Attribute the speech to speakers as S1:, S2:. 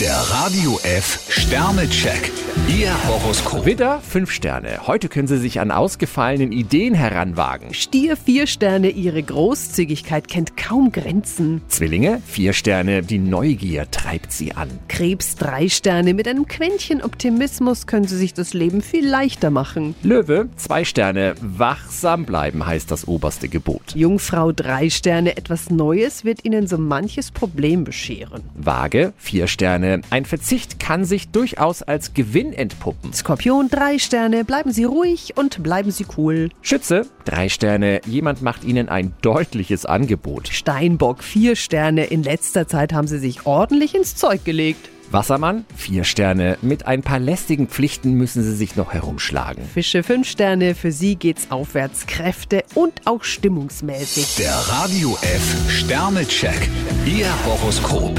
S1: Der Radio F Sternecheck. Ihr Horoskop.
S2: Widder, 5 Sterne. Heute können Sie sich an ausgefallenen Ideen heranwagen.
S3: Stier vier Sterne, Ihre Großzügigkeit kennt kaum Grenzen.
S2: Zwillinge, 4 Sterne. Die Neugier treibt Sie an.
S3: Krebs drei Sterne, mit einem Quäntchen Optimismus können Sie sich das Leben viel leichter machen.
S2: Löwe, 2 Sterne. Wachsam bleiben heißt das oberste Gebot.
S3: Jungfrau drei Sterne, etwas Neues wird Ihnen so manches Problem bescheren.
S2: Waage, 4 Sterne. Ein Verzicht kann sich durchaus als Gewinn entpuppen.
S3: Skorpion drei Sterne, bleiben Sie ruhig und bleiben Sie cool.
S2: Schütze, 3 Sterne. Jemand macht Ihnen ein deutliches Angebot.
S3: Steinbock vier Sterne, in letzter Zeit haben Sie sich ordentlich ins Zeug gelegt.
S2: Wassermann, 4 Sterne. Mit ein paar lästigen Pflichten müssen Sie sich noch herumschlagen.
S3: Fische fünf Sterne, für Sie geht's aufwärts, Kräfte und auch stimmungsmäßig.
S1: Der Radio F Sternecheck. Ihr Horoskop.